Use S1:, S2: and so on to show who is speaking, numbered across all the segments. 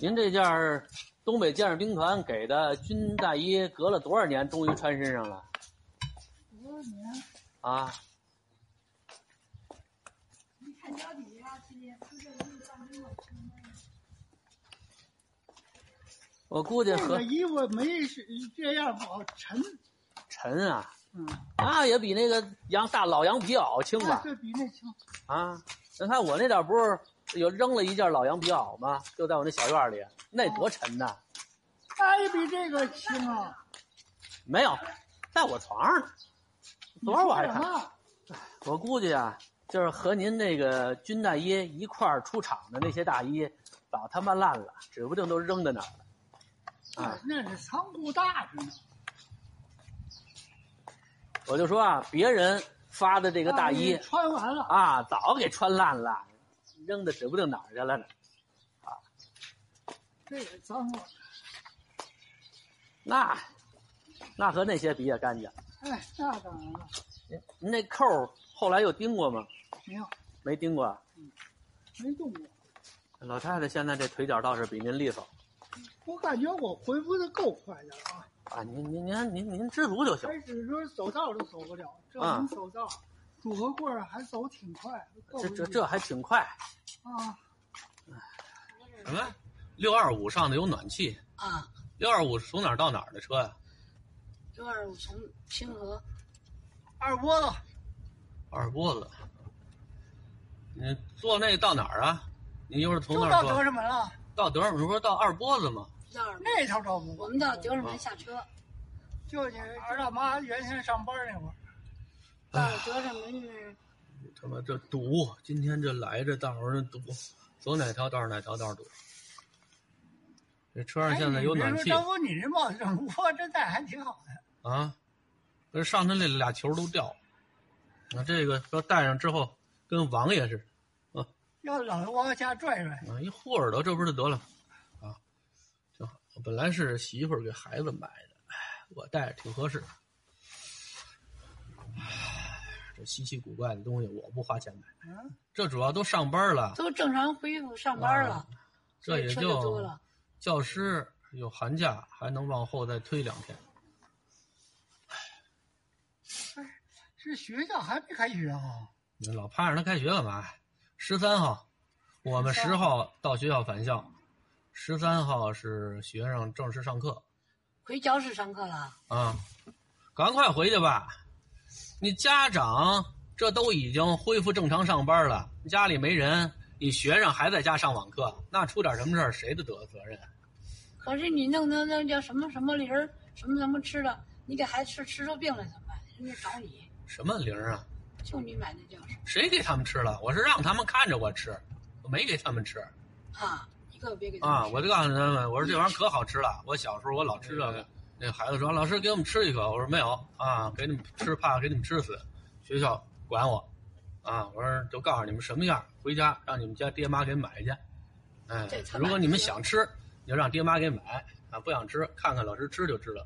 S1: 您这件儿东北建设兵团给的军大衣，隔了多少年终于穿身上了
S2: 多少年？
S1: 啊？
S2: 你看脚底下这些，不是都是当兵的穿的。
S1: 我估计
S2: 这
S1: 和
S3: 啊
S2: 个衣服没是这样不好沉，
S1: 沉啊，
S2: 嗯，
S1: 那也比那个羊大老羊皮袄轻
S2: 那
S1: 吧？
S2: 这比那轻。
S1: 啊，您看我那点儿不是有扔了一件老羊皮袄吗？就在我那小院儿里，那多沉呐、
S2: 那也比这个轻啊！
S1: 没有，在我床上呢。昨儿我还看，
S2: 看。
S1: 我估计啊，就是和您那个军大衣一块儿出厂的那些大衣，早他妈烂了，指不定都扔在哪儿了。啊，
S2: 那是仓库大着呢。
S1: 我就说啊，别人发的这
S2: 这
S1: 个大衣
S2: 穿完了，
S1: 啊，早给穿烂了，扔的指不定哪儿去了呢。
S2: 这也脏了。
S1: 那，那和那些比也干净。
S2: 哎，那当然了，
S1: 您您那扣儿后来又钉过吗？
S2: 没有，
S1: 没钉过啊。
S2: 没动过。
S1: 老太太现在这腿脚倒是比您利索
S2: 我感觉我恢复的够快的了啊，
S1: 啊，您您您您您知足就行
S2: 开始时候走道都走不了，这
S1: 啊
S2: 能走道，拄个棍儿还走挺快，够
S1: 这
S2: 力
S1: 这这还挺快。
S2: 啊
S1: 什么？六二五上的有暖气？
S3: 啊，
S1: 六二五从哪儿到哪儿的车呀、
S3: 六二五从清河二窝子
S1: 二锅子。你坐那到哪儿啊？你又是从
S3: 就
S1: 哪
S3: 到
S1: 儿
S3: 德
S1: 坐？
S3: 胜门了，
S1: 到德尔，你不是到二波子吗？
S3: 到二门
S2: 那头着不
S3: 我们到德胜门下车，
S2: 就你二大妈原先上班那会儿，
S3: 到了德胜门那儿
S1: 他妈这堵！今天这来这道儿堵，走哪条道儿哪条道儿堵。这车上现在有暖
S2: 哎你
S1: 气
S2: 别说张夫，你这帽子整窝这戴还挺好的。
S1: 啊，这上头那俩球都掉。啊，这个说戴上之后跟王爷似的。
S2: 要老往下拽拽，
S1: 啊，一护耳朵，这不是得了吗？啊，挺好。本来是媳妇儿给孩子买的，哎，我戴着挺合适。唉这稀奇古怪的东西我不花钱买，
S2: 嗯，
S1: 这主要都上班了，
S3: 都正常恢复上班了，
S1: 啊这也
S3: 车就多
S1: 就
S3: 了。
S1: 教师有寒假，还能往后再推两天。
S2: 是学校还没开学啊？
S1: 你老盼着他开学干嘛呀？十三号，我们十号到学校返校，十三号是学生正式上课。
S3: 回教室上课了，
S1: 啊，赶快回去吧！你家长这都已经恢复正常上班了，家里没人，你学生还在家上网课，那出点什么事儿谁的责责任？
S3: 可是你弄的那叫什么什么梨儿，什么什么吃的，你给孩子吃吃出病来怎么办？人家找你，
S1: 什么零啊？
S3: 就你买那叫什
S1: 谁给他们吃了？我是让他们看着我吃，我没给他们吃
S3: 么啊？你可别给他们
S1: 啊！
S3: 吃
S1: 我就告诉他们，我说这玩意儿可好吃了。我小时候我老吃这个，那孩子说老师给我们吃一口，我说没有啊，给你们吃怕给你们吃死，学校管我啊！我说就告诉你们什么样，回家让你们家爹妈给买去。哎
S3: 这，他妈
S1: 如果你们想吃，你就让爹妈给买啊；不想吃，看看老师吃就知道。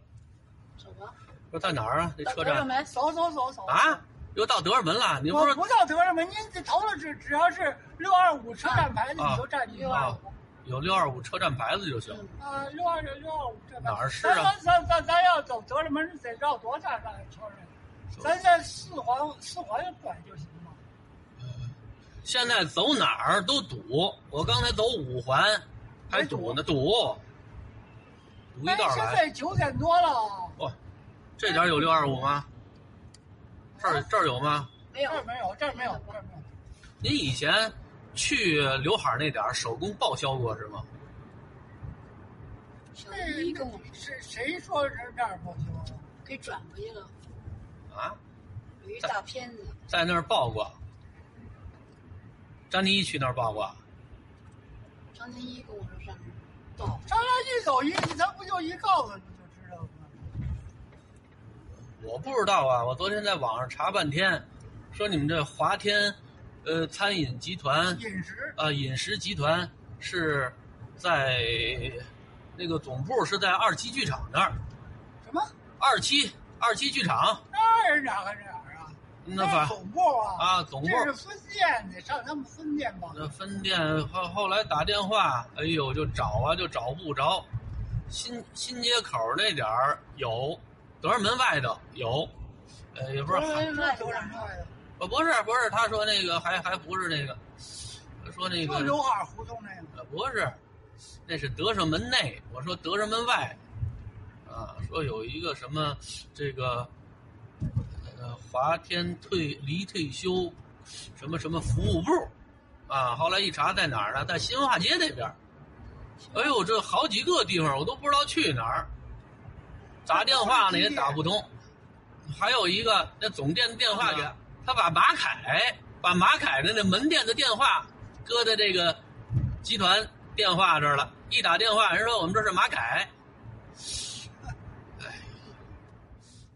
S3: 走吧，
S1: 说在哪儿啊？这
S3: 到
S1: 车
S3: 德胜
S1: 站
S3: 门
S2: 走走走走！
S1: 啊？又到德胜门了？你不
S2: 我
S1: 是
S2: 不到德胜门，您这头了只只要是六二五车站牌子，
S1: 啊
S2: 你就站六二五
S1: 有六二五车站牌子就行？
S3: 嗯
S2: 啊，六二六六二五车站。
S1: 哪儿是啊
S2: 咱咱咱咱要走德胜门，得绕多大大圈儿啊？咱在四环四环转就行了。
S1: 现在走哪儿都堵，我刚才走五环，还堵呢，堵，堵一
S2: 哎，
S1: 道
S2: 现
S1: 来。
S2: 在九点多了，
S1: 哇、这点儿有六二五吗？这儿这儿有吗？
S3: 没有
S2: 这儿没有，这儿没有，这儿没有。
S1: 您以前去刘海儿那点儿手工报销过是吗？
S3: 小姨跟我说
S2: 是谁说是这儿不行？啊
S3: 给转回去了，
S1: 啊，
S3: 有一大片子，
S1: 在那儿报过。张天一去那儿报过，
S3: 张天一跟我说上面到
S2: 张良一走一，他不就一告诉你就知道了吗？
S1: 我不知道啊。我昨天在网上查半天，说你们这华天，呃，餐饮集团
S2: 饮食
S1: 啊，饮食集团是在那个总部是在二期剧场那儿，
S2: 什么？
S1: 二期二期剧场
S2: 那儿哪个哪儿啊？
S1: 那反
S2: 总部啊，
S1: 啊，总部
S2: 这是分店的，上他们分店吧。
S1: 那分店后后来打电话，哎呦，就找啊，就找不着。新新街口那点儿有，德胜门外头有，呃，也不是还
S3: 嗯
S2: 这有点嘛呀？
S1: 呃不是不是，他说那个还还不是那个，说那
S2: 就
S1: 个
S2: 刘海胡同那个。
S1: 呃不是，那是德胜门内，我说德胜门外，啊，说有一个什么这个，呃，华天退离退休，什么什么服务部，啊，后来一查在哪儿呢？在新华街那边儿。哎呦，这好几个地方我都不知道去哪儿，打电话呢也打不通。还有一个那总店的电话给他，他把马凯哎把马凯的那门店的电话搁在这个集团电话这儿了，一打电话人说我们这是马凯。哎，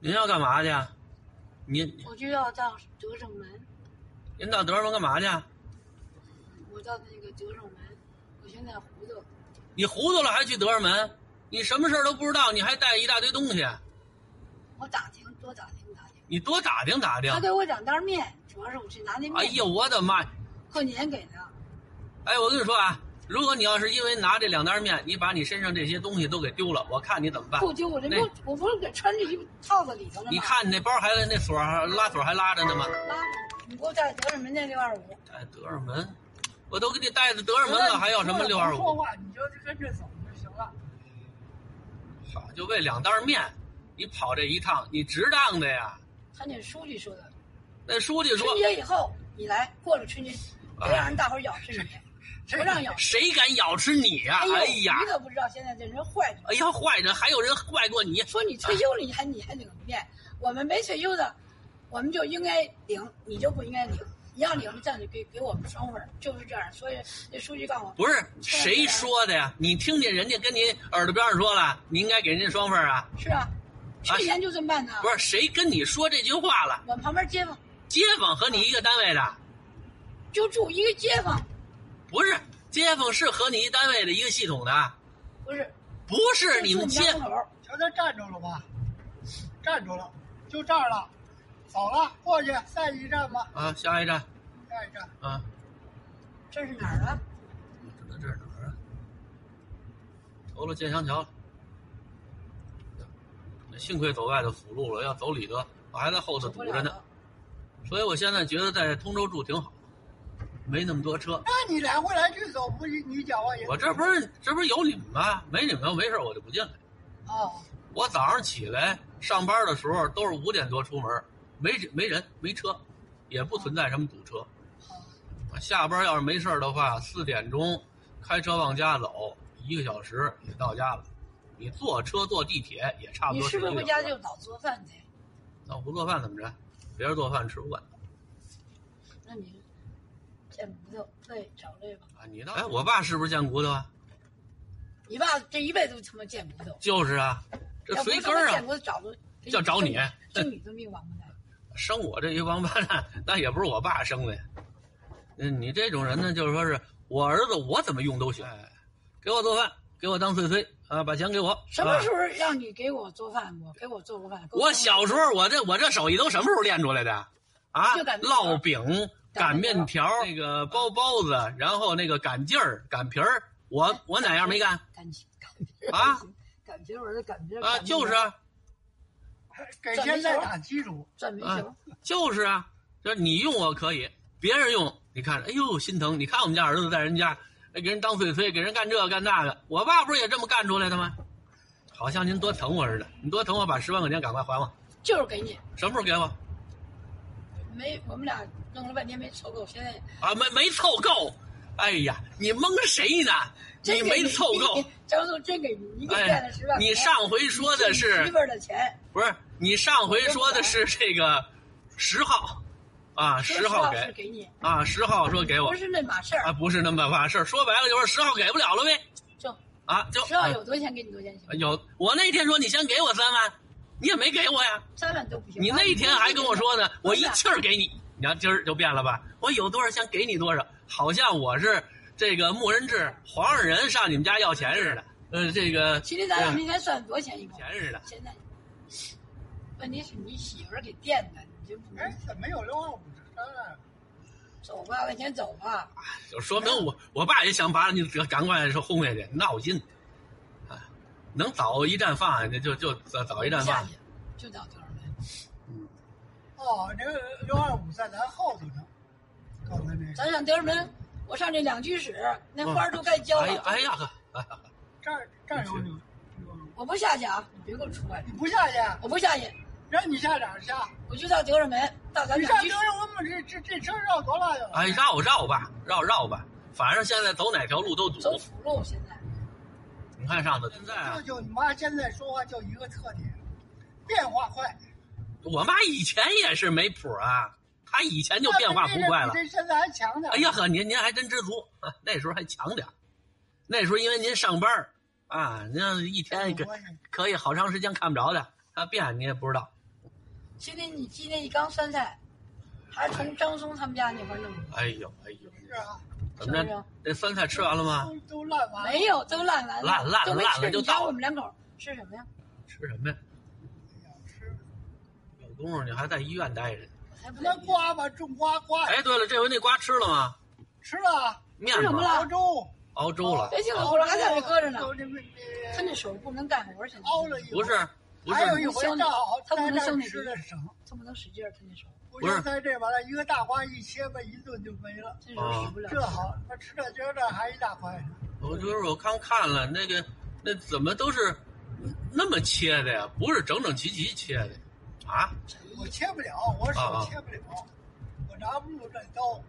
S1: 您要干嘛去啊？您
S3: 我就要到德胜门，
S1: 您到德胜门干嘛去啊？
S3: 我到那个德胜门，我现在糊涂，
S1: 你糊涂了还去德胜门？你什么事儿都不知道，你还带一大堆东西，
S3: 我打听多打听打听。
S1: 你多打听打听
S3: 他。给我两袋面，主要是我去拿那面，
S1: 哎呀，我的妈！呀！
S3: 过年给的。
S1: 哎，我跟你说啊，如果你要是因为拿这两袋面，你把你身上这些东西都给丢了，我看你怎么办？
S3: 不就我这
S1: 那
S3: 不我不是给穿这衣服套子里头了吗？
S1: 你看你那包还在那锁儿拉锁还拉着呢吗？
S3: 拉着，你给我带德胜门那六二五，
S1: 哎，德胜门，我都给你带着德胜门了，还要什么六二
S2: 说
S1: 五？
S2: 话你就跟着走就行了。
S1: 好，就为两袋面，你跑这一趟，你值当的呀？
S3: 他那书记说的，
S1: 那书记说哎
S3: 春，节以后你来，过了春节，别让人大伙儿咬是你，不让咬。
S1: 谁敢咬吃你呀、
S3: 呦，
S1: 哎呀
S3: 你，可不知道现在这人坏着呢，
S1: 哎呀，坏人还有人坏过你。
S3: 说你退休了你还你还领面，我们没退休的，我们就应该领，你就不应该领。你要领了，这样就给给我们双份儿，就是这样。所以那书记告诉我，
S1: 不是谁说的呀？你听见人家跟你耳朵边上说了，你应该给人家双份儿啊？
S3: 是啊，去年就这么办的。
S1: 不是谁跟你说这句话了？
S3: 我们旁边街坊
S1: 街坊和你一个单位的，
S3: 就住一个街坊，
S1: 不是街坊是和你一单位的一个系统的，
S3: 不是，
S1: 不是你们
S3: 就
S1: 街
S3: 住我家门口儿
S2: 瞧他站住了吧？站住了，就这儿了，走了，过去下一站吧，
S1: 啊。下一站
S2: 下一站。
S1: 啊，
S3: 这是哪儿啊？
S1: 这这是哪儿啊？投了建祥桥了，幸亏走外头辅路了，要走里头，我还在后头
S3: 走
S1: 堵
S3: 不
S1: 着
S3: 了
S1: 呢。
S3: 了。
S1: 所以我现在觉得在通州住挺好，没那么多车。
S2: 那你来回来去走，不是你脚啊也？
S1: 我这不是这不是有你们吗？没你们我没事我就不进来。
S3: 哦，
S1: 我早上起来上班的时候都是五点多出门，没人没人没车，也不存在什么堵车。我下班要是没事儿的话，四点钟开车往家走，一个小时也到家了。你坐车坐地铁也差不
S3: 你
S1: 多
S3: 是
S1: 一
S3: 不
S1: 个
S3: 是
S1: 小时。
S3: 回家就老做饭去？
S1: 那我不做饭怎么着？别人做饭吃不惯
S3: 那你见骨头累找累吧。
S1: 啊！你倒哎，我爸是不是贱骨头啊？
S3: 你爸这一辈子他妈见骨头，
S1: 就是啊，这
S3: 要不
S1: 随
S3: 是
S1: 根
S3: 他
S1: 儿
S3: 妈
S1: 啊
S3: 见，骨头找着
S1: 就找你，
S3: 就你这命王八蛋。
S1: 生我这一王八蛋， 那也不是我爸生的呀。嗯，你这种人呢，就是说是我儿子，我怎么用都行，给我做饭，给我当碎碎啊，把钱给我。
S3: 什么
S1: 啊
S3: 时候让你给我做饭？我给我做过饭。给
S1: 我
S3: 做过
S1: 小时候，我这我这手艺都什么时候练出来的啊？啊
S3: 就擀面条
S1: 烙饼、擀
S3: 擀面
S1: 面条、那个包包子，然后那个擀劲儿、擀皮儿，我我哪样没干
S3: 感情 感情
S1: 啊？
S3: 感情儿子感情
S1: 啊？就是啊，
S2: 给现在打基础，
S3: 转煤
S1: 啊
S3: 球，
S1: 就是啊，就是你用我可以，别人用你看，哎呦心疼。你看我们家儿子在人家哎给人当碎碎，给人干这干那个，我爸不是也这么干出来的吗？好像您多疼我似的，你多疼我，把十万块钱赶快还我，
S3: 就是给你
S1: 什么时候给我？
S3: 没我们俩弄了半天没凑够，现在
S1: 啊，没没凑够。哎呀，你蒙谁呢？
S3: 真
S1: 你
S3: 给
S1: 没凑够。，
S3: 张总真给你一个
S1: 哎
S3: 赚了十万块钱。
S1: 你上回说的
S3: 媳
S1: 是
S3: 妇儿的钱，
S1: 不是？你上回说的是这个十号，啊，十号
S3: 是
S1: 给
S3: 给你，
S1: 啊，十号说给我
S3: 不是那码事儿
S1: 啊，。不是那么办事儿。说白了就是十号给不了了呗。
S3: 就
S1: 啊，就
S3: 只要有多钱给你多钱行
S1: 哎，有我那天说你先给我三万，你也没给我呀。
S3: 三万都不行。
S1: 你那天还跟我说呢，
S3: 不
S1: 我
S3: 是
S1: 一气儿给你。你看今儿就变了吧？我有多少钱给你多少，好像我是这个牧人制皇上人上你们家要钱似的。呃，这个
S3: 其实咱俩那天算多少钱一包？
S1: 钱似的。
S3: 现在问题是你媳妇儿给垫的，你就就不
S2: 哎，怎么有六万五十三啊了？
S3: 走吧，往前走吧。
S1: 就说明我我爸也想把你赶快是轰下去，闹劲，啊，能早一站饭那就就早早一站
S3: 下
S1: 饭。
S3: 去就到头儿了。
S2: 哦，那个六二五在咱后头呢，搞的那个
S3: 咱上德尔门，我上这两居室，那花儿都该焦
S1: 哎
S3: 了
S1: 呀。哎呀呵，哎呀呵，
S2: 这儿这儿有六六万五，
S3: 我不下去啊，你别给我出来！
S2: 你不下去，啊
S3: 我不下去，
S2: 让你下哪儿下？
S3: 我就到德尔门，到咱
S2: 你
S3: 两
S2: 上
S3: 居
S2: 德
S3: 室。
S2: 胜我们这这这车绕多大啊呀？
S1: 哎，绕绕吧，绕绕吧，反正现在走哪条路都
S3: 走
S1: 堵。
S3: 辅路现
S1: 哎
S3: 在，
S1: 你看上头现在啊
S2: 这，就你妈现在说话就一个特点，变化快，
S1: 我妈以前也是没谱啊，她以前就变化不快了
S2: 比。这现在还强点。
S1: 哎呀，呵，您您还真知足， 啊那时候还强点儿那时候因为您上班儿啊，您要一
S2: 哎
S1: 天可可以好长时间看不着的，她变你也不知道。
S3: 今天你今天一缸酸菜，还是从张松他们家那块儿弄的，
S1: 哎呦哎呦，
S2: 是啊，
S1: 怎么
S3: 是
S1: 着
S3: 啊？
S1: 那酸菜吃完了吗？
S2: 都都烂完了。
S3: 没有，都烂完了，
S1: 烂烂了
S3: 都没
S1: 烂
S3: 吃
S1: 了就
S3: 你瞧
S1: 倒了
S3: 我们两口儿吃什么呀？
S1: 吃什么呀？
S2: 吃
S1: 有功夫你还在医院待着呢。
S3: 我才不
S2: 那
S3: 乐意
S2: 瓜吧，种瓜瓜
S1: 哎，对了，这回那瓜吃了吗？
S2: 吃了，啊
S1: 面
S3: 吃什么
S1: 吗？
S3: 了
S2: 熬粥，
S1: 熬粥了？
S3: 哎这个我还在这搁着呢
S2: 都那个
S3: 他那手不能干活，现在
S2: 熬了一会
S1: 不
S2: 儿，
S1: 是，不
S3: 哎
S2: 还有
S1: 是，
S2: 一回正好
S3: 他不
S2: 在
S3: 能
S2: 这
S3: 生
S2: 儿
S3: 那
S2: 吃
S3: 个
S2: 的省，
S3: 他不能使劲儿，他那手，
S2: 我
S1: 不是
S2: 就在这完了，一个大瓜一切吧，一顿就没了。
S3: 他手使不了。
S2: 这好，他吃着觉着还一大块呢。
S1: 我就是我刚看了那个，那怎么都是那么切的呀？不是整整齐齐切的啊？
S2: 我切不了，我手切不了，我拿不住这刀。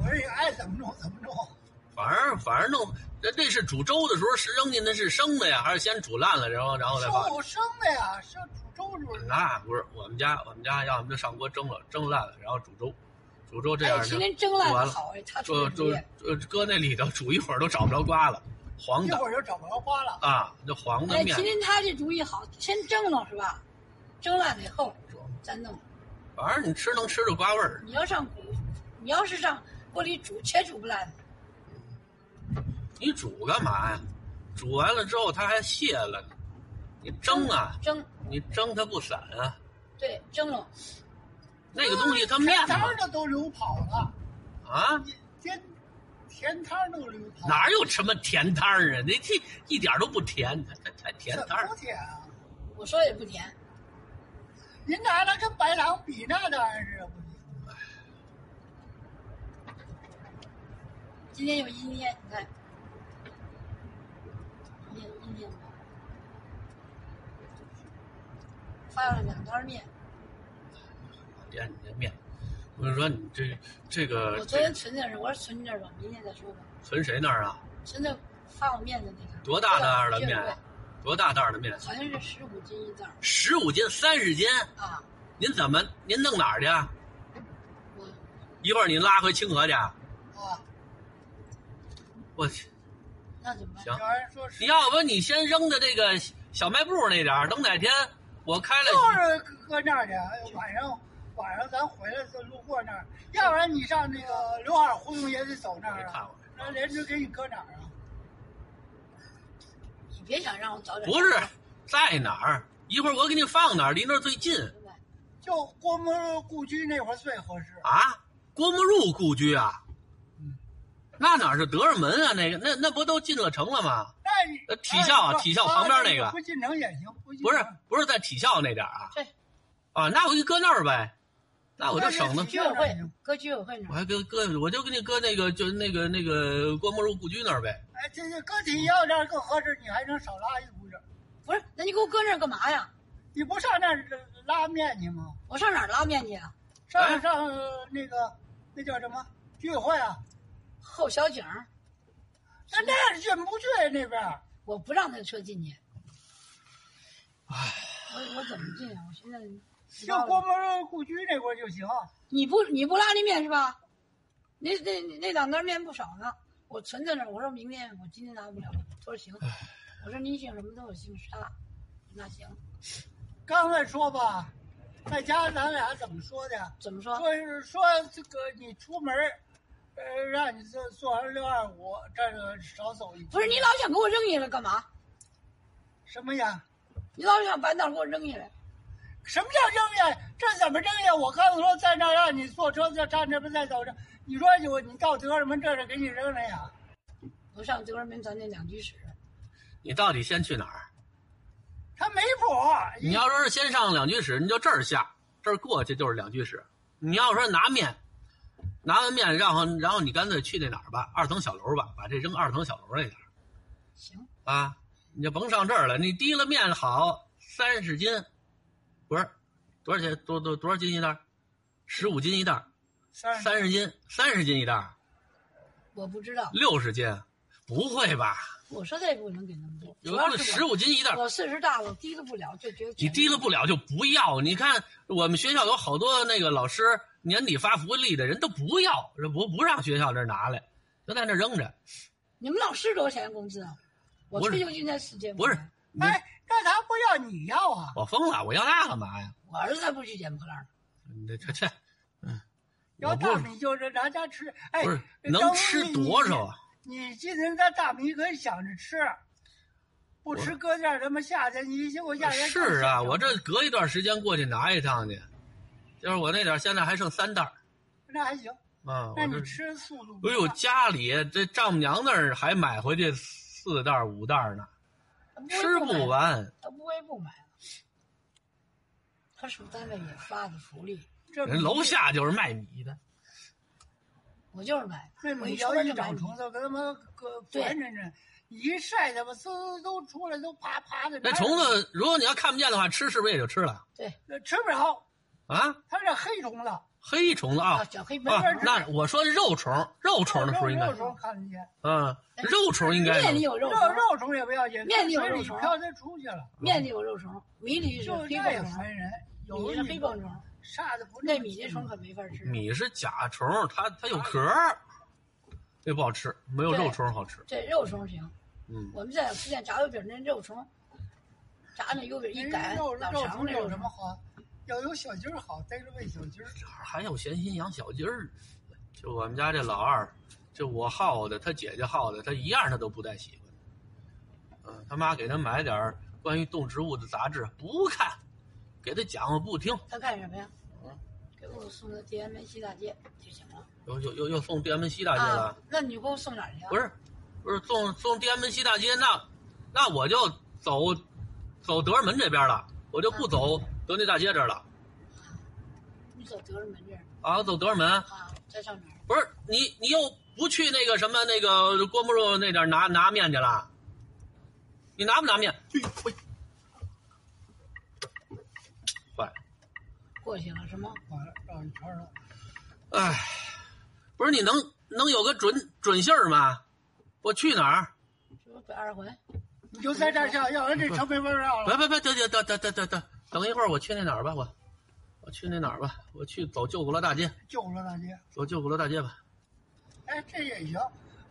S2: 我这爱怎么弄怎么弄，
S1: 反正反正弄，那那是煮粥的时候是扔进那是生的呀，还是先煮烂了然后然后再放？
S2: 瘦生的呀，是煮粥煮的。
S1: 那不是我们家我们家要么就上锅蒸了，蒸烂了然后煮粥，煮粥这样
S3: 哎，
S1: 就
S3: 今天蒸烂
S1: 完了
S3: 的好哎，他出
S1: 就
S3: 的主
S1: 就
S3: 意。
S1: 就搁那里头煮一会儿都找不着瓜了，黄
S2: 一
S1: 的
S2: 会儿就找不着瓜了。
S1: 啊，那黄的
S3: 哎，
S1: 面
S3: 今。天他这主意好，先蒸了是吧？蒸烂了以后咱弄。
S1: 反正你吃能吃着瓜味儿，
S3: 你要上锅，你要是上锅里煮，全煮不烂。
S1: 你煮干嘛呀？煮完了之后它还泄了呢，你蒸啊，
S3: 蒸，
S1: 你蒸它不散啊。
S3: 对，蒸了。
S1: 那个东西它面
S2: 田摊
S1: 嘛
S2: 儿的都流跑了，
S1: 啊，
S2: 田田摊儿都流跑了。
S1: 哪有什么甜汤儿啊？那这一点都不甜，它它它甜
S2: 怎
S1: 汤儿
S2: 么。甜啊？
S3: 我说也不甜，
S2: 您拿它跟白狼比，那当然是不行。
S3: 今天有阴天，你看，阴天阴天。发了两袋面，
S1: 点你的面，我就说你这呃这个
S3: 我昨天存点儿，我说存点儿吧，明天再说吧。
S1: 存谁那儿啊？
S3: 真的发我面的那个，
S1: 多大袋儿的面
S3: 对
S1: 啊？多大袋儿的面？
S3: 好像是十五斤一袋儿
S1: 十五斤、三十斤？
S3: 啊。
S1: 您怎么您弄哪儿去啊？
S3: 我
S1: 一会儿你拉回清河去啊？
S2: 啊，
S1: 我去，
S3: 那怎么办？
S1: 行
S2: 有人说是
S1: 你要不你先扔到这个小卖部那点儿，等哪天我开了，
S2: 就是搁那儿去，哎晚上晚上咱回来就路过那儿，要不然你上那个刘海胡同也得走那
S1: 别
S2: 儿
S1: 看
S2: 啊。
S1: 我这
S2: 那连着给你搁哪儿啊？
S3: 你别想让我早点
S1: 不是在哪儿？一会儿我给你放哪儿？离那儿最近
S2: 就郭沫若故居那会儿最合适。
S1: 啊？郭沫若故居啊
S2: 嗯？
S1: 那哪儿是德胜门啊？那个那那不都进了城了吗？
S2: 那你
S1: 呃体校啊
S2: 那你说
S1: 体校旁边
S2: 啊
S1: 那个
S2: 不进城也行，不进
S1: 不是
S2: 城
S1: 不是在体校那点儿啊？
S3: 对。
S1: 啊，那我就搁那儿呗，那我就省
S2: 那
S1: 得
S2: 是
S3: 居委会，搁居委会那
S1: 我
S3: 儿。
S1: 还搁搁我就给你搁那个就那个那个郭沫若故居那儿呗。
S2: 哎，这这搁体校那儿更合适，你还能少拉一股子。
S3: 不是，那你给我搁那儿干嘛呀？
S2: 你不上那儿拉面去吗？
S3: 我上哪儿拉面去啊？
S1: 哎
S2: 上上呃那个那叫什么居委会啊？
S3: 后小井儿，
S2: 那那儿进不去那边儿。
S3: 我不让他车进去。我我怎么进啊？我现在知
S2: 就
S3: 道
S2: 郭
S3: 了
S2: 沫若故居那块儿就行。
S3: 你不你不拉那面是吧？那那那两袋面不少呢，我存在那儿。我说明天我今天拿不了，他说行。我说您姓什么？他说我姓沙。啊那行，
S2: 刚才说吧，在家咱俩怎么说的？
S3: 怎么说？
S2: 说是说这个你出门儿，呃，让你坐坐上六二五，这个少走一步。
S3: 不是你老想给我扔下来干嘛？
S2: 什么呀？
S3: 你老想把那给我扔下来，
S2: 什么叫睁眼？这怎么睁眼？我告诉说在那儿让你坐车，在站这不在走着，你说我你到德胜门这是给你扔了呀？
S3: 我上德胜门咱那两居室，
S1: 你到底先去哪儿？
S2: 他没谱，
S1: 你要说是先上两居室，你就这儿下，这儿过去就是两居室。你要说拿面，拿完面，然后然后你干脆去那哪儿吧，二层小楼吧，把这扔二层小楼那点儿
S3: 行，
S1: 啊，你就甭上这儿了。你提了面好，三十斤，不是多少钱？多多多少斤一袋儿？十五斤一袋儿，
S2: 三
S1: 三十斤，三十斤一袋儿，
S3: 我不知道，
S1: 六十斤，不会吧？
S3: 我说这不能给那么多，主
S1: 有
S3: 要
S1: 个
S3: 是
S1: 十
S3: 我
S1: 五斤一袋儿，
S3: 我岁数大了，提了不了，就觉得
S1: 你
S3: 全
S1: 提了不了就不要。你看我们学校有好多那个老师年底发福利的人都不要，不不让学校这儿拿来，就在那儿扔着。
S3: 你们老师多少钱工资啊？我
S1: 不是
S3: 退休金才四千，
S1: 不是，你
S2: 哎，那他不要你要啊？
S1: 我疯了，我要那干嘛呀？
S3: 我儿子才不去捡破烂儿，
S1: 你这这这，嗯，
S2: 要
S1: 我不
S2: 大
S1: 是
S2: 米就是拿家吃，哎，
S1: 不是
S2: 张
S1: 能
S2: 文
S1: 吃
S2: 你
S1: 多少啊？
S2: 你今天咱大米可以想着吃，不
S1: 我
S2: 吃搁这儿他妈夏天，你结果夏天更
S1: 是啊，
S2: 想
S1: 我这隔一段时间过去拿一趟去，就是我那点儿现在还剩三袋儿
S2: 那还行，
S1: 啊。我
S2: 那
S1: 这
S2: 你，吃速度不
S1: 哎呦，
S2: 快
S1: 家里这丈母娘那儿还买回去四袋儿五袋儿呢，
S3: 他不会
S1: 吃
S3: 不买
S1: 不完。
S3: 他不会不买了。他属单位也发的福利，
S2: 这
S1: 人楼下就是卖米的，
S3: 我就是买，
S2: 这
S3: 我
S2: 米
S3: 出
S2: 要
S3: 门
S2: 一
S3: 就买
S2: 长
S3: 米。
S2: 虫子，跟他妈搁
S3: 对
S2: 烦着呢，一晒他妈滋都出来，都啪啪的。
S1: 那
S2: 哪有
S1: 虫子如果你要看不见的话，吃是不是也就吃了
S3: 对
S2: 那吃不着，
S1: 啊？
S2: 它这黑虫子，
S1: 黑虫子啊
S3: 啊，小黑门
S1: 啊
S3: 儿，
S1: 那我说肉虫，肉虫的时候应该
S2: 肉肉，虫看得见，
S1: 嗯，肉虫应该
S3: 面
S1: 能
S3: 里有
S2: 肉
S3: 肉虫，
S2: 肉虫也不要紧，
S3: 面里有
S2: 水
S3: 肉
S2: 里
S3: 虫
S2: 漂它出去了，
S3: 面里有肉虫，米里是
S2: 就这
S3: 黑棒
S2: 也
S3: 虫，
S2: 烦人。有
S3: 米
S2: 的
S3: 是
S2: 米
S3: 黑棒虫，
S2: 啥的不
S3: 那
S2: 正
S3: 米这
S2: 经
S3: 虫可没法吃。
S1: 米是甲虫，它它有壳儿，这不好吃，没有
S3: 对
S1: 肉虫好吃。
S3: 这肉虫行，
S1: 嗯，
S3: 我们在福建炸油饼那肉虫，炸那油饼一
S2: 人
S3: 擀，
S2: 肉
S3: 老
S2: 肉
S3: 长
S2: 虫
S3: 那
S2: 有
S3: 肉
S2: 什
S3: 虫
S2: 么。好？要有小鸡儿好，逮着喂小鸡儿。
S1: 哪儿还有闲心养小鸡儿？就我们家这老二，就我耗的，他姐姐耗的，他一样他都不带喜欢的。嗯，他妈给他买点儿关于动植物的杂志，不看，给他讲我不听，
S3: 他干什么呀
S1: 嗯？
S3: 给我送到天安门西大街就行了。
S1: 又又又又送天安门西大街了。
S3: 啊，那你给我送哪儿去啊？
S1: 不是，不是送送天安门西大街，那那我就走走德胜门这边了，我就不走德内大街这儿了
S3: 你走德胜门这儿
S1: 啊，走德胜门。
S3: 啊，再上哪儿？
S1: 不是你，你又不去那个什么那个郭沫若那点儿拿拿面去了？你拿不拿面？哎呦喂，坏了！
S3: 过去了是吗？
S2: 完了，绕一圈了。
S1: 哎，不是你能能有个准准信儿吗？我去哪儿？
S3: 是不是北二环？
S2: 你就在这儿下，要不然这车没法绕了。
S1: 别别别，等等等等等等等一会儿，我去那哪儿吧？我我去那哪儿吧？我去走旧鼓楼大街，
S2: 救了大街，
S1: 走旧鼓楼大街吧。
S2: 哎，这也行。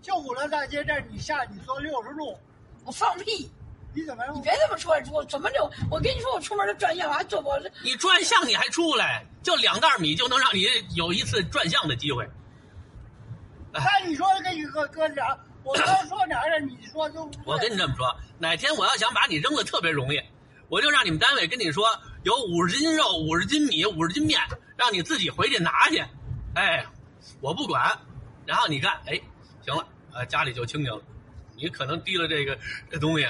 S2: 救鼓楼大街这儿你下，你坐六十路，
S3: 我放屁！
S2: 你怎么
S3: 你别这么说，我怎么就？我跟你说，我出门就转向，我还坐我这
S1: 你转向你还出来，就两袋米就能让你有一次转向的机会。
S2: 那你说跟你搁搁哪儿？我刚说哪儿了？你说都不对
S1: 我跟你这么说，哪天我要想把你扔了，特别容易，我就让你们单位跟你说有五十斤肉、五十斤米、五十斤面，让你自己回去拿去。哎，我不管，然后你看，哎，行了，呃，家里就清静了。你可能提了这个这东西，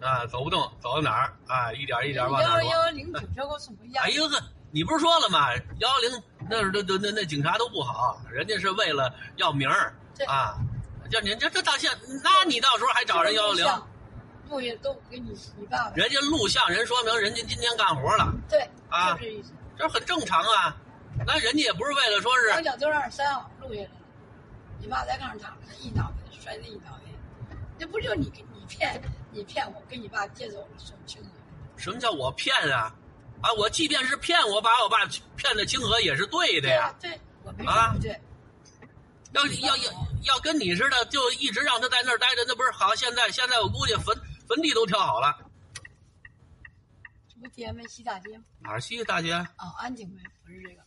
S1: 啊，走不动，走到哪儿啊，一点一点往哪
S3: 幺
S1: 儿挪。
S3: 幺零警车给我送回家
S1: 哎。呦呵，你不是说了吗？幺幺零那那那那那警察都不好，人家是为了要名儿
S3: 对
S1: 啊。叫你这这到现，那你到时候还找人幺幺零？
S3: 路也都给你你爸爸。
S1: 人家录像，人说明人家今天干活了，
S3: 对，
S1: 啊
S3: 就这意思。
S1: 这很正常啊。那人家也不是为了说
S3: 我
S1: 是
S3: 脚都让三号录下来了，你爸在炕上躺着，一脑袋摔那一脑袋，那不就你跟你骗你骗我，跟你爸接走了送清河。
S1: 什么叫我骗啊？啊，我即便是骗我，把我爸骗到清河也是对的
S3: 对
S1: 呀。，
S3: 对，我没
S1: 啊
S3: 说不对，
S1: 要要要要跟你似的，就一直让他在那儿待着，那不是好？现在现在我估计坟坟地都挑好了，
S3: 这不天安门西大街吗？
S1: 哪儿西大姐？
S3: 啊，安景门不是这个，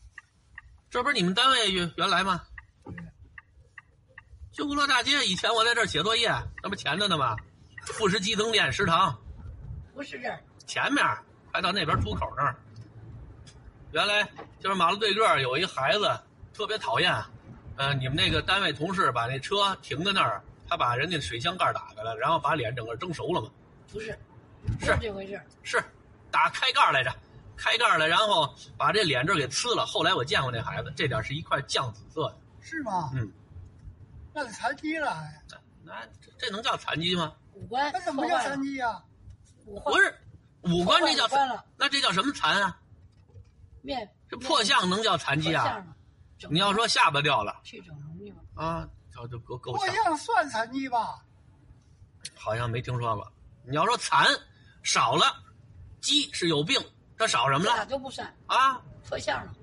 S1: 这不是你们单位原原来吗？修罗大街以前我在这儿写作业，那不前着呢吗？副食鸡增店食堂
S3: 不是这儿，
S1: 前面儿，快到那边出口那儿，原来就是马路对个儿有一孩子特别讨厌，呃，你们那个单位同事把那车停在那儿，他把人家水箱盖打开了，然后把脸整个蒸熟了嘛。
S3: 不是，不
S1: 是
S3: 是这回事儿。
S1: 是，打开盖儿来着，开盖儿了，然后把这脸这儿给呲了。后来我见过那孩子，这点儿是一块酱紫色的，
S2: 是吗？
S1: 嗯，
S2: 那个残疾了，还
S1: 那这这能叫残疾吗？
S3: 五官
S2: 那怎么
S3: 破
S2: 叫
S3: 坏了
S2: 残疾呀？
S3: 五官
S1: 不是，五官这叫
S3: 破坏了
S1: 那这叫什么残啊？
S3: 面
S1: 这破相能叫残疾
S3: 破
S1: 啊？
S3: 相了整
S1: 你要
S3: 容
S1: 说下巴掉了
S3: 去整容去吧，
S1: 啊，这就够够
S2: 破
S1: 呛，
S2: 相算残疾吧？
S1: 好像没听说过。你要说残少了，鸡是有病，它少什么
S3: 咋
S1: 了
S3: 就不算
S1: 啊？
S3: 破相了？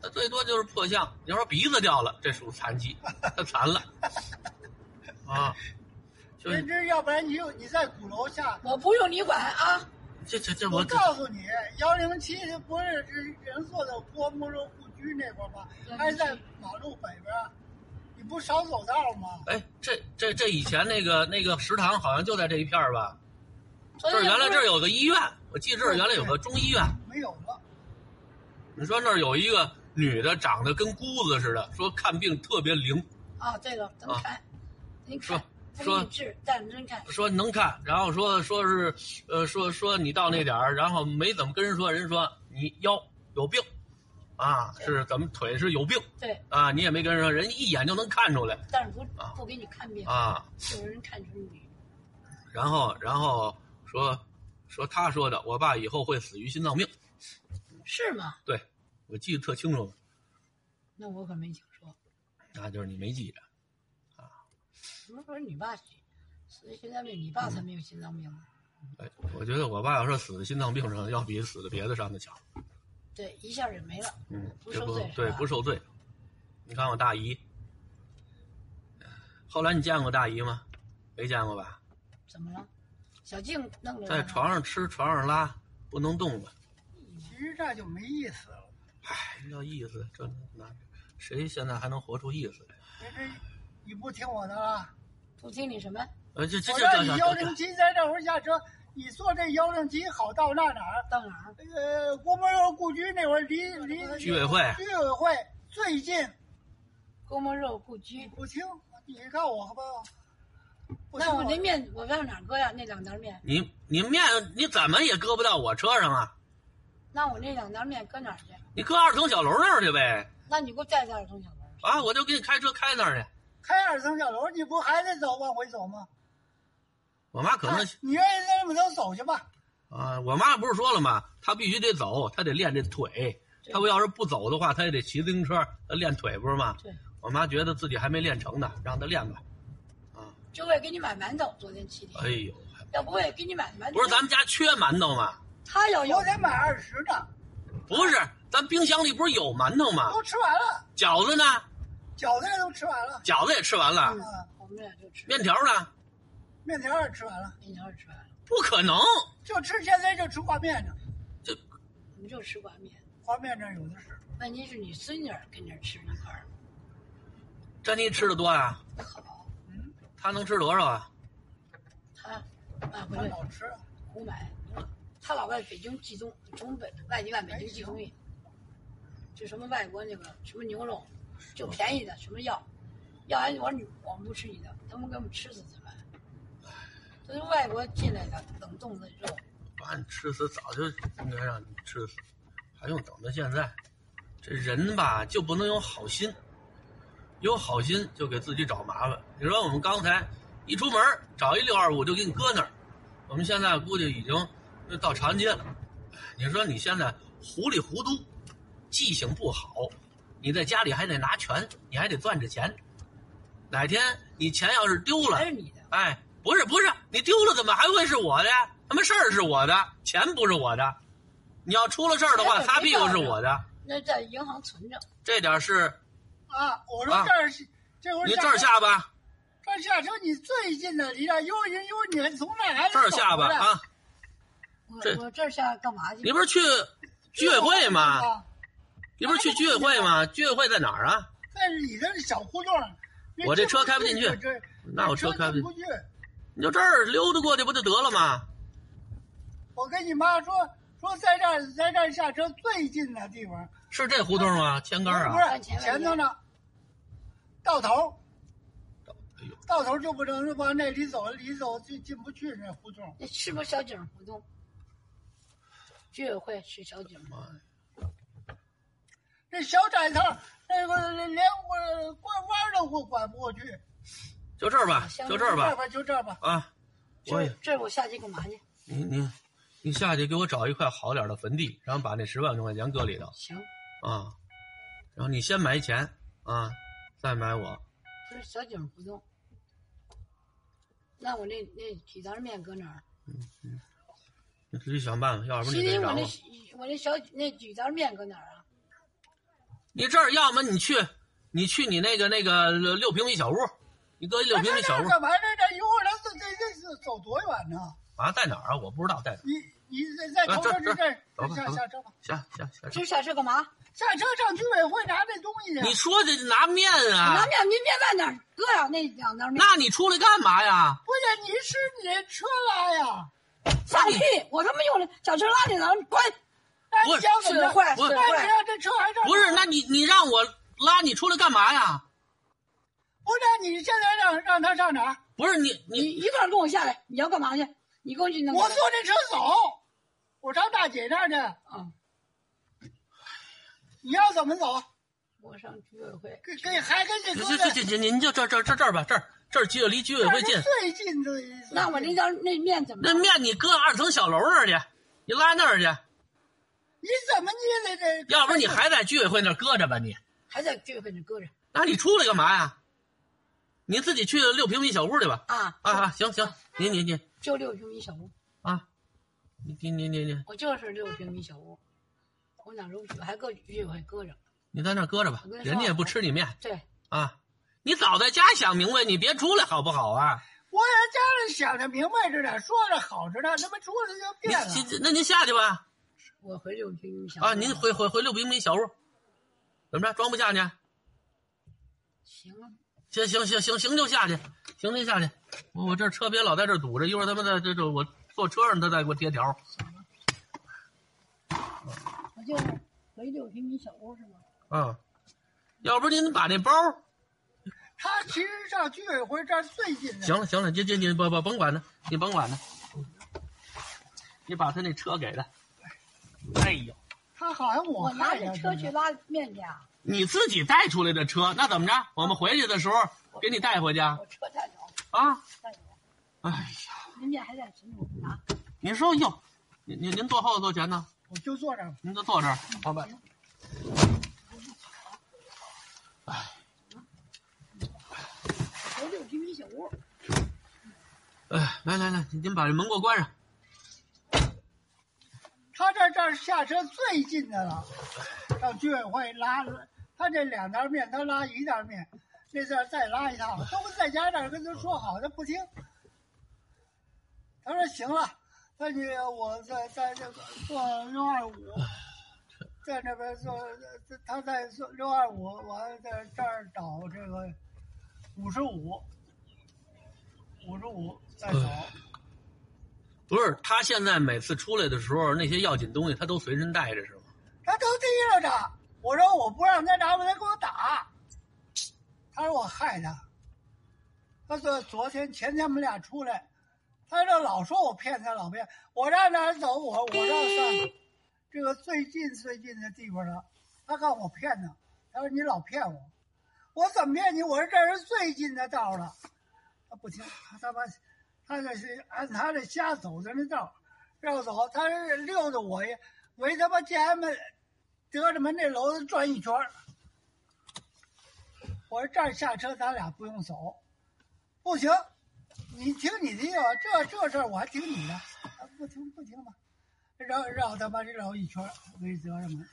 S1: 它最多就是破相。你要说鼻子掉了，这属残疾，它残了啊。就是
S2: 人知，要不然你就你在鼓楼下，
S3: 我不用你管啊，
S1: 这这这
S2: 我
S1: 我
S2: 告诉你，幺零七不是人做的郭沫若故居那块儿吗？还是在马路北边儿，你不少走道吗？
S1: 哎，这这这以前那个那个食堂好像就在这一片儿吧？
S3: 这
S1: 这儿原来这儿有个医院，我记得这儿原来有个中医院。
S2: 没有了，
S1: 你说那儿有一个女的，长得跟姑子似的，说看病特别灵，
S3: 啊，这个咱们看，您
S1: 说
S3: 看，不
S1: 说
S3: 给你治，但真看，
S1: 说能看，然后说说是，呃，说说你到那点儿，然后没怎么跟人说，人说你腰有病，啊，是怎么腿是有病
S3: 对，
S1: 啊，你也没跟人说，人一眼就能看出来
S3: 但是不
S1: 啊
S3: 不给你看病，
S1: 啊。
S3: 有人看出你
S1: 然后然后说说他说的，我爸以后会死于心脏病，
S3: 是吗？
S1: 对我记得特清楚。
S3: 那我可没听说，
S1: 那就是你没记着。
S3: 什么时候你爸死于心脏病？你爸才没有心脏病呢。
S1: 哎，我觉得我爸要说死在心脏病上，要比死在别的上的强。
S3: 对，一下就没了，
S1: 嗯，
S3: 不
S1: 这
S3: 受
S1: 不
S3: 罪是
S1: 对
S3: 吧
S1: 不受罪。你看我大姨，后来你见过大姨吗？没见过吧？
S3: 怎么了？小静弄着
S1: 在
S3: 呢
S1: 床上吃，床上拉，不能动了。
S2: 其实这就没意思了。
S1: 哎，要意思，这那谁现在还能活出意思来？
S2: 人这你不听我的了。
S3: 不听你什么？
S1: 呃，这这
S2: 我
S1: 这
S2: 让
S1: 这
S2: 你
S1: 这
S2: 幺
S1: 这
S2: 零
S1: 这
S2: 七在这会儿下车，你坐这幺零七好到那哪儿？
S3: 到哪儿？
S2: 呃，郭沫若故居那会儿离离
S1: 居委会啊
S2: 居委会最近，
S3: 郭沫若故
S2: 你
S3: 居。
S2: 不听，你看我吧。不听
S3: 那我那
S2: 的
S3: 面我上哪儿搁呀？那两袋面，
S1: 你你面你怎么也搁不到我车上啊？
S3: 那我那两袋面搁哪儿去？
S1: 你搁二层小楼那儿去呗！
S3: 那你给我带点儿东西来。
S1: 啊，我就给你开车开那儿去。
S2: 开二层小楼，你不还得走往回走吗？
S1: 我妈可能
S2: 哎你愿意在这么走走去吧。
S1: 啊，我妈不是说了吗？她必须得走，她得练这腿。
S3: 对
S1: 她不要是不走的话，她也得骑自行车，她练腿不是吗？
S3: 对，
S1: 我妈觉得自己还没练成呢，让她练吧。啊，
S3: 就为给你买馒头，昨天七点，
S1: 哎呦，
S3: 要不为给你买馒头，
S1: 不是咱们家缺馒头吗？
S3: 他要有
S2: 我得买二十呢，
S1: 不是，咱冰箱里不是有馒头吗？
S2: 都吃完了，
S1: 饺子呢？
S2: 饺子也都吃完了，啊
S1: 饺子也吃完了，
S3: 嗯我们俩就吃
S1: 面条呢？
S2: 面条也吃完了，
S3: 面条儿吃完了，
S1: 不可能，
S2: 就吃现在就吃挂面呢，
S3: 我们就吃挂面。
S2: 挂面这儿有的是。
S3: 问题是你孙女儿跟着吃一块儿，
S1: 珍妮吃的多呀、
S3: 好，
S1: 她能吃多少啊？
S3: 他啊买回
S2: 他
S3: 来
S2: 老吃，
S3: 胡买，他老外北京寄东从北外地外北京寄东西，就什么外国那个什么牛肉，就便宜的什么药，要完我说你我们不吃你的，他们给我们吃死怎么办？这是外国进来的冷冻的肉，
S1: 把你吃死，早就应该让你吃死，还用等到现在？这人吧，就不能有好心，有好心就给自己找麻烦。你说我们刚才一出门找一六二五就给你搁那儿，我们现在估计已经就到长安街了。你说你现在糊里糊涂，记性不好，你在家里还得拿拳，你还得攥着钱。哪天你钱要是丢了
S3: 还，是你的。
S1: 哎，不是不是，你丢了怎么还会是我的呀？他妈事儿是我的，钱不是我的。你要出了事儿的话，
S3: 哎
S1: 擦屁股是我的。
S3: 那在银行存着，
S1: 这点是
S2: 啊，我说
S1: 啊
S2: 这儿是，这会儿
S1: 你这儿下巴，
S2: 这儿下车，你最近的离这悠悠悠，你还从那儿还
S1: 这儿下巴啊！
S3: 我
S1: 这
S3: 我这儿下干嘛去
S1: 你？不是去居委会吗？？
S2: 啊
S1: 你不是去居委会吗？居委会在哪儿啊？
S2: 在里头小胡同，你
S1: 我这
S2: 进
S1: 车开不进去
S2: 这这
S1: 那我车开不进
S2: 进不去。
S1: 你就这儿溜达过去不就得了吗？
S2: 我跟你妈说说在这儿在这儿下车最近的地方，
S1: 是这胡同吗？前杆
S2: 不
S1: 啊？
S2: 是前头呢，到头
S1: 哎呦，
S2: 到头就不能往那里走，里走就进不去那胡同。
S3: 那是不是小井胡同？居委会是小井吗？
S2: 那小窄头，那个连我拐弯都不拐不过去。
S1: 就这儿吧，就这儿
S2: 这
S1: 吧
S2: 吧，就这儿吧。
S1: 啊！
S3: 这
S1: 我也
S3: 这我下去干嘛去？
S1: 你你你下去给我找一块好点的坟地，然后把那十万多块钱搁里头
S3: 行，
S1: 啊，然后你先买钱啊，再买我。
S3: 不是小井胡同。那我那那几张面搁哪儿？
S1: 你自己想办法，啊要不然
S3: 西
S1: 你得
S3: 林，
S1: 找
S3: 我那
S1: 我。
S3: 我那小那几张面搁哪儿啊？
S1: 你这儿要么你去，你去你那个那个六平米小屋，你搁一六平米小
S2: 啊这
S1: 屋
S2: 干嘛？这这一会儿这这这是走多远呢？
S1: 啊，在哪儿啊？我不知道在哪儿。
S2: 你你在
S1: 啊
S2: 在头上这
S1: 嗯
S2: 这下下车吧，
S1: 行行行行，
S3: 这下车干
S1: 啊
S3: 嘛？
S2: 下车上居委会拿那东西
S1: 你
S2: 去。
S1: 说这拿面
S3: 拿
S1: 啊？
S3: 面您面在哪儿搁呀？那两张面
S1: 那你出来干嘛呀？
S2: 不是，你是你车拉呀？
S3: 放屁！我他妈用小车拉你了，滚！
S2: 那你想怎么着？
S3: 坏
S1: 不是
S2: 那你让这车还上？
S1: 不是，那你你让我拉你出来干嘛呀？
S2: 不是，你现在让让他上哪儿？
S1: 不是你
S3: 你
S1: 你
S3: 一个人跟我下来，你要干嘛去？你跟我去那个。
S2: 我坐这车走，我上大姐那儿去。
S3: 啊，
S2: 你要怎么走？
S3: 我上居委会。
S2: 跟跟还跟这
S1: 这
S2: 哥
S1: 这这这您就这这这这儿吧，这儿这儿距离居委会近，
S2: 最近最近。
S3: 那我那张那面怎么
S1: 那
S3: 着？
S1: 面你搁二层小楼那儿去，你拉那儿去，
S2: 你怎么你得这？
S1: 要不然你还在居委会那儿搁着吧你。
S3: 还在居委会那搁着
S1: 那你出来干嘛呀？你自己去六平米小屋去吧。
S3: 啊
S1: 啊啊，行行，你你你
S3: 就六平米小屋，
S1: 啊，你你你你你
S3: 我就是六平米小屋，我哪容许？还搁居委会搁着？
S1: 你在那儿搁着吧
S3: 我跟，你说
S1: 人家也不吃你面
S3: 对，
S1: 啊。你早在家想明白，你别出来好不好啊？
S2: 我在家里想着明白着点，说着好着呢，他妈出来就
S1: 你
S3: 啊
S2: 变了。
S1: 那您下去吧。
S3: 我回六平米小屋
S1: 啊，您回回回六平米小屋，怎么着装不下去？啊
S3: 行啊，
S1: 行行行行行就下去，行就下去。我我这车别老在这堵着，一会儿他们在这这我坐车上他再给我贴条。
S3: 我就是回六平米小屋是吗？
S1: 嗯，要不您把那包
S2: 他其实上居委会这儿最近的。
S1: 行了行了，这这你不不甭管他，你甭管他，你把他那车给他。哎呦，
S2: 他好像我
S3: 我拿
S2: 看
S3: 着
S2: 见
S3: 车去
S2: 了。
S3: 拉面去啊，
S1: 你自己带出来的车，那怎么着？我们回去的时候给你带回去啊
S3: 我车带走，
S1: 啊！
S3: 带走，
S1: 哎呀，
S3: 那面还在什么？我不拿，
S1: 您说哟，您您您坐后座前呢？
S2: 我就坐这儿。
S1: 您就坐这儿，老板。
S3: 回六平米小屋。
S1: 哎，来来来，您把这门给我关上。
S2: 他这这儿下车最近的了，上居委会拉了。他这两袋面，他拉一袋面，那阵儿再拉一趟，都在家这儿跟他说好，他不听。他说行了，那你我在在这个坐六二五，在那边坐，他在坐六二五，我在这儿找这个五十五，五十五再走。
S1: 不是，他现在每次出来的时候，那些要紧东西他都随身带着，是吗？
S2: 他都提溜着。我说我不让他拿吧，他给我打。他说我害他。他说昨天前天我们俩出来，他这老说我骗他，老骗我让他走，我我让他这个最近最近的地方了。他告我骗他，他说你老骗我，我怎么骗你？我说这是最近的道了。他不听，他他妈，他这是按他这瞎走的那道，绕走，他是溜着我也围他妈家门，德着门那楼子转一圈儿我说这儿下车，咱俩不用走，不行，你听你的吧，这这事儿我还听你的，啊不听不听吧，绕绕他妈这绕一圈儿围德着门，